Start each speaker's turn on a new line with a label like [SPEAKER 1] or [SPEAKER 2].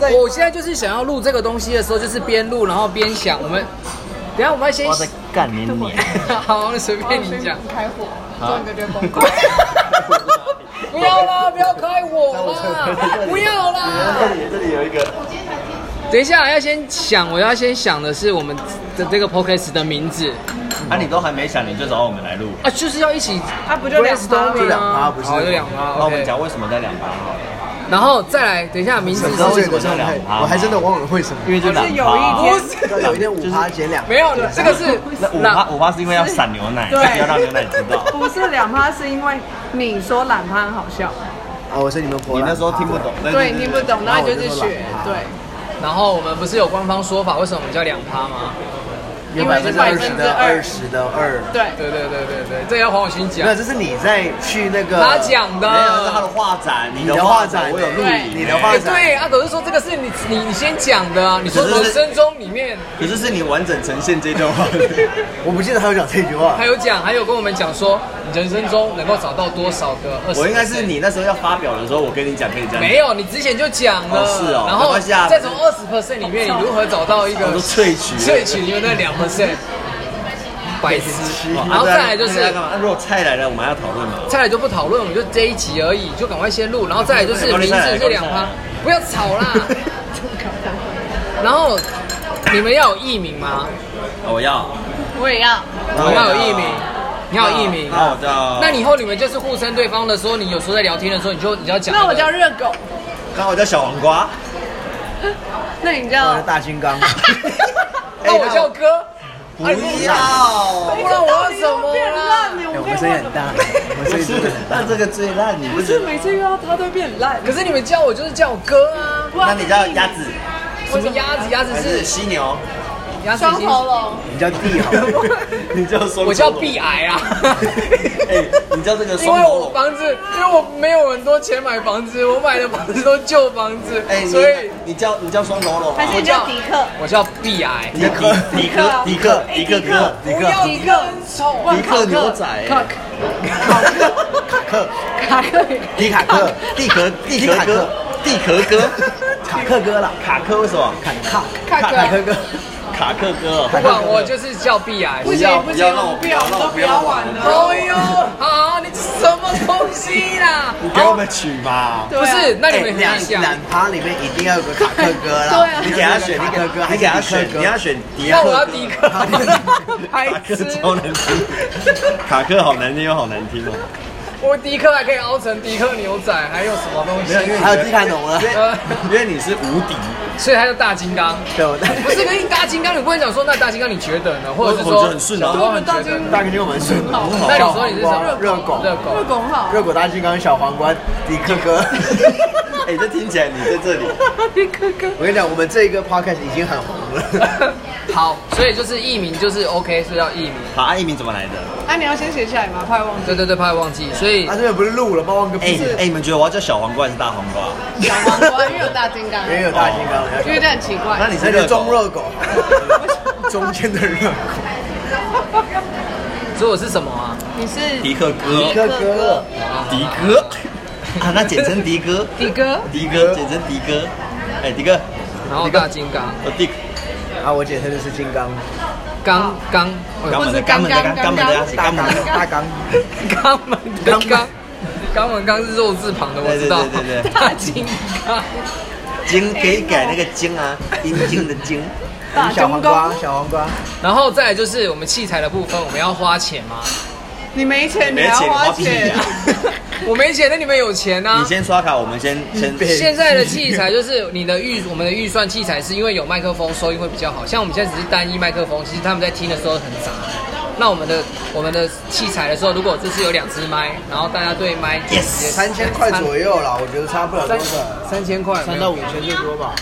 [SPEAKER 1] 对
[SPEAKER 2] 我现在就是想要录这个东西的时候，就是边录然后边想。我们等一下我们要先
[SPEAKER 1] 我在干你
[SPEAKER 3] 等
[SPEAKER 1] 你
[SPEAKER 3] 会儿，
[SPEAKER 2] 好，随便
[SPEAKER 3] 我要
[SPEAKER 2] 你
[SPEAKER 3] 去
[SPEAKER 2] 讲。
[SPEAKER 3] 开火，
[SPEAKER 1] 好
[SPEAKER 3] 做一个这个崩溃。
[SPEAKER 2] 不要啦，不要开我啦，不要啦。
[SPEAKER 1] 这里这里有一个，
[SPEAKER 2] 等一下要先想，我要先想的是我们的这个 podcast 的名字
[SPEAKER 1] 啊，你都还没想，你就找我们来录，
[SPEAKER 2] 啊，就是要一起
[SPEAKER 3] 啊不就两趴吗
[SPEAKER 2] brainstorming 啊
[SPEAKER 4] 就两趴不是
[SPEAKER 2] 好就两趴。
[SPEAKER 1] 那我们
[SPEAKER 2] OK，
[SPEAKER 1] 讲为什么在两趴好了，
[SPEAKER 2] 然后再来，等一下名字
[SPEAKER 4] 整
[SPEAKER 2] 是
[SPEAKER 4] 个
[SPEAKER 1] 为
[SPEAKER 4] 这
[SPEAKER 1] 什
[SPEAKER 4] 个
[SPEAKER 1] 么
[SPEAKER 4] 状
[SPEAKER 1] 叫
[SPEAKER 4] 态
[SPEAKER 1] 两，趴
[SPEAKER 4] 我还真的忘了为什么。
[SPEAKER 1] 因为就两趴啊
[SPEAKER 3] 不是
[SPEAKER 4] 要有一天五趴减 两，
[SPEAKER 2] 没有了，这个是
[SPEAKER 1] 那五趴五趴是因为要散牛奶，
[SPEAKER 3] 对
[SPEAKER 1] 要让牛奶知道。
[SPEAKER 3] 不是两趴，是因为你说懒趴很好笑，
[SPEAKER 4] 啊，我说你们婆
[SPEAKER 1] 你
[SPEAKER 4] 懒
[SPEAKER 1] 那时候听不懂，
[SPEAKER 3] 对，听不懂，然后你就是学，对，
[SPEAKER 2] 然后我们不是有官方说法，为什么我们叫两趴吗？
[SPEAKER 4] 有百分之二十的二十的二，
[SPEAKER 3] 对，
[SPEAKER 2] 对对对对对，这个要黄永勋
[SPEAKER 4] 没有，
[SPEAKER 2] 讲。
[SPEAKER 4] 这是你在去那个
[SPEAKER 2] 他讲的，
[SPEAKER 4] 哎
[SPEAKER 1] 没有是他的画展，你
[SPEAKER 4] 的
[SPEAKER 1] 的
[SPEAKER 4] 画
[SPEAKER 1] 画
[SPEAKER 4] 展
[SPEAKER 1] 展我有录影，
[SPEAKER 3] 对
[SPEAKER 4] 你的画
[SPEAKER 2] 哎
[SPEAKER 4] 展
[SPEAKER 2] 对，阿狗是说这个是你你你先讲的啊，你说
[SPEAKER 1] 只是
[SPEAKER 2] 人生中里面
[SPEAKER 1] 可是是你完整呈现这段话。
[SPEAKER 4] 我不记得他有讲这句话
[SPEAKER 2] 还，有讲，还有跟我们讲说，你人生中能够找到多少个二十？
[SPEAKER 1] 我应该是你那时候要发表的时候，我跟你讲可以这样。
[SPEAKER 2] 没有，你之前就讲了，
[SPEAKER 1] 哦是哦
[SPEAKER 2] 然
[SPEAKER 1] 没
[SPEAKER 2] 后
[SPEAKER 1] 关系啊
[SPEAKER 2] 再从二十 percent 里面，你如何找到一个
[SPEAKER 1] 我都萃取了
[SPEAKER 2] 萃取里面那两 percent？白痴，
[SPEAKER 1] 哇，
[SPEAKER 2] 然后再来就是
[SPEAKER 1] 啊那。干嘛？那如果菜来了，我们还要讨论吗？
[SPEAKER 2] 再来就不讨论，我们就这一集而已，就赶快先录，然后再来就是名字这两趴，不要吵 啦。然后你们要有艺名吗？
[SPEAKER 1] 哦我要，
[SPEAKER 3] 我也要，
[SPEAKER 2] 我要有艺名，你要有艺名。
[SPEAKER 1] 那我叫，
[SPEAKER 2] 那你以后你们就是互称对方的时候，你有时候在聊天的时候，你就你就要讲。哎
[SPEAKER 3] 那我叫热狗，
[SPEAKER 1] 那我叫小黄瓜，
[SPEAKER 3] 那你
[SPEAKER 4] 我
[SPEAKER 3] 叫
[SPEAKER 4] 的大金刚，
[SPEAKER 2] 那我叫哥，
[SPEAKER 1] 不要。
[SPEAKER 2] 不然我要什
[SPEAKER 3] 啊
[SPEAKER 2] 么啦？
[SPEAKER 4] 哎，我们声音很大，我们
[SPEAKER 1] 不
[SPEAKER 4] 声音
[SPEAKER 1] 是
[SPEAKER 4] 真的很，
[SPEAKER 1] 那
[SPEAKER 4] 大，
[SPEAKER 1] 这个最烂，你不
[SPEAKER 3] 不是每次遇到他都变烂，
[SPEAKER 2] 可是你们叫我就是叫我哥啊，
[SPEAKER 3] 不
[SPEAKER 1] 那
[SPEAKER 3] 然
[SPEAKER 1] 你叫鸭子
[SPEAKER 2] 什么鸭子？鸭子
[SPEAKER 1] 还是
[SPEAKER 2] 是
[SPEAKER 1] 犀牛？
[SPEAKER 2] 鸭子
[SPEAKER 3] 双
[SPEAKER 2] 已经，
[SPEAKER 3] 喉咙，
[SPEAKER 4] 你叫弟好了，
[SPEAKER 1] 你叫双？
[SPEAKER 2] 我叫碧。癌 啊。
[SPEAKER 1] 哎，你叫这个
[SPEAKER 2] 因
[SPEAKER 1] 双
[SPEAKER 2] 为
[SPEAKER 1] 头
[SPEAKER 2] 我
[SPEAKER 1] 龙？
[SPEAKER 2] 房子，因为我没有很多钱买房子，我买的房子都旧房子，
[SPEAKER 1] 哎，你
[SPEAKER 2] 所以
[SPEAKER 1] 你叫你叫双头龙啊？
[SPEAKER 3] 还是你叫迪克？
[SPEAKER 2] 我叫碧癌。
[SPEAKER 1] 迪克迪克迪克迪克哥
[SPEAKER 4] 迪
[SPEAKER 1] 迪
[SPEAKER 4] 克
[SPEAKER 3] 迪克丑，
[SPEAKER 1] 迪克牛仔
[SPEAKER 3] 卡克
[SPEAKER 1] 卡克
[SPEAKER 3] 卡克也
[SPEAKER 4] 迪卡克，
[SPEAKER 1] 蒂壳蒂壳哥蒂壳哥
[SPEAKER 4] 卡克哥啦，
[SPEAKER 1] 卡克为什么？
[SPEAKER 4] 卡卡
[SPEAKER 3] 卡克
[SPEAKER 4] 卡克哥，
[SPEAKER 1] 卡克哥
[SPEAKER 2] 不管我就是叫碧癌。
[SPEAKER 3] 不行不行，我不要，我都不要玩了。
[SPEAKER 2] 哎呦，啊，你这什么东西啦？
[SPEAKER 1] 你给我们取嘛？
[SPEAKER 3] 对
[SPEAKER 2] 不
[SPEAKER 3] 啊
[SPEAKER 2] 是，那你们
[SPEAKER 4] 哎
[SPEAKER 2] 很
[SPEAKER 4] 两
[SPEAKER 2] 难想。
[SPEAKER 4] 两趴里面一定要有个卡克哥啦，
[SPEAKER 3] 对啊
[SPEAKER 1] 你给他选，你
[SPEAKER 4] 卡克哥，
[SPEAKER 1] 给你给他选，你要选迪克。
[SPEAKER 2] 那我要迪克，白
[SPEAKER 1] 卡克
[SPEAKER 2] 痴，
[SPEAKER 1] 超难听，卡克好难听又好难听哦。
[SPEAKER 2] 我迪克还可以熬成迪克牛仔，还有什么东
[SPEAKER 1] 没有，因
[SPEAKER 2] 西？
[SPEAKER 1] 为
[SPEAKER 4] 还有迪卡侬了，
[SPEAKER 2] 呃，
[SPEAKER 1] 因为你是无敌，
[SPEAKER 2] 所以他叫大金刚。
[SPEAKER 4] 对，我
[SPEAKER 2] 不是，可是大金刚，你不能讲说那大金刚你觉得呢，或者是
[SPEAKER 1] 我
[SPEAKER 2] 说
[SPEAKER 1] 觉得很顺啊
[SPEAKER 2] 小时候很觉得。
[SPEAKER 4] 大金刚蛮顺的，
[SPEAKER 2] 那你说你是什么？
[SPEAKER 4] 热狗
[SPEAKER 2] 热
[SPEAKER 3] 热
[SPEAKER 2] 狗。
[SPEAKER 3] 狗很好，
[SPEAKER 4] 热狗大金刚小黄瓜迪克哥。
[SPEAKER 1] 哎，这听起来你在这里，
[SPEAKER 3] 迪克哥，
[SPEAKER 4] 我跟你讲，我们这一个 podcast 已经很红了。
[SPEAKER 2] 好，所以就是艺名就是 OK，所以叫艺名。
[SPEAKER 1] 好，阿一鸣怎么来的？
[SPEAKER 3] 那你要先写起来吗？怕忘 记。
[SPEAKER 2] 对对对，怕忘记，所以
[SPEAKER 4] 他这边不是录了吗？忘个
[SPEAKER 1] 哎
[SPEAKER 4] 屁！是
[SPEAKER 1] 哎，你们觉得我要叫小黄瓜还是大黄瓜？
[SPEAKER 3] 小黄瓜，因为有大金刚，
[SPEAKER 4] 也有大金刚了，
[SPEAKER 3] 因为这很奇怪。
[SPEAKER 1] 那你
[SPEAKER 4] 那
[SPEAKER 1] 是
[SPEAKER 4] 个
[SPEAKER 1] 热
[SPEAKER 4] 中
[SPEAKER 1] 狗，
[SPEAKER 4] 热狗，中间的热狗，
[SPEAKER 2] 所以我是什么啊？
[SPEAKER 3] 你是
[SPEAKER 1] 迪克哥
[SPEAKER 4] 迪，克哥，
[SPEAKER 1] 迪哥啊，那简称迪哥，
[SPEAKER 3] 迪哥，
[SPEAKER 1] 迪哥简称迪哥。哎，迪哥，
[SPEAKER 2] 然后大金刚，
[SPEAKER 1] 我迪克，
[SPEAKER 4] 啊，我简称就是金刚，
[SPEAKER 2] 刚刚，
[SPEAKER 1] 肛
[SPEAKER 2] 哎
[SPEAKER 1] 门的肛门的肛肛门的肛
[SPEAKER 4] 大刚
[SPEAKER 1] 门的。
[SPEAKER 4] 大刚，
[SPEAKER 2] 肛门的肛，肛门刚是肉字旁的，我知道。
[SPEAKER 1] 对对对对
[SPEAKER 2] 大金刚，
[SPEAKER 1] 精可以改那个精啊，阴茎的精。
[SPEAKER 3] 大
[SPEAKER 4] 小
[SPEAKER 3] 金
[SPEAKER 4] 黄
[SPEAKER 3] 刚
[SPEAKER 4] 瓜，。小黄瓜，
[SPEAKER 2] 然后再来就是我们器材的部分，我们要花钱吗？
[SPEAKER 3] 你没钱，
[SPEAKER 1] 没
[SPEAKER 3] 还要
[SPEAKER 1] 钱
[SPEAKER 3] 花
[SPEAKER 1] 花屁
[SPEAKER 3] 钱
[SPEAKER 1] 呀。
[SPEAKER 2] 我没钱，那你们有钱
[SPEAKER 1] 你
[SPEAKER 2] 啊？
[SPEAKER 1] 先刷卡，我们先先。
[SPEAKER 4] 备
[SPEAKER 2] 现在的器材就是你的预，我们的预算器材是因为有麦克风收音会比较好，像我们现在只是单一麦克风，其实他们在听的时候很杂。那我们的我们的器材的时候，如果就是有两只麦，然后大家对麦
[SPEAKER 1] Yes
[SPEAKER 4] 三千块左右啦，我觉得差不了多
[SPEAKER 2] 三
[SPEAKER 4] 少，
[SPEAKER 2] 三千块，
[SPEAKER 4] 千最多吧。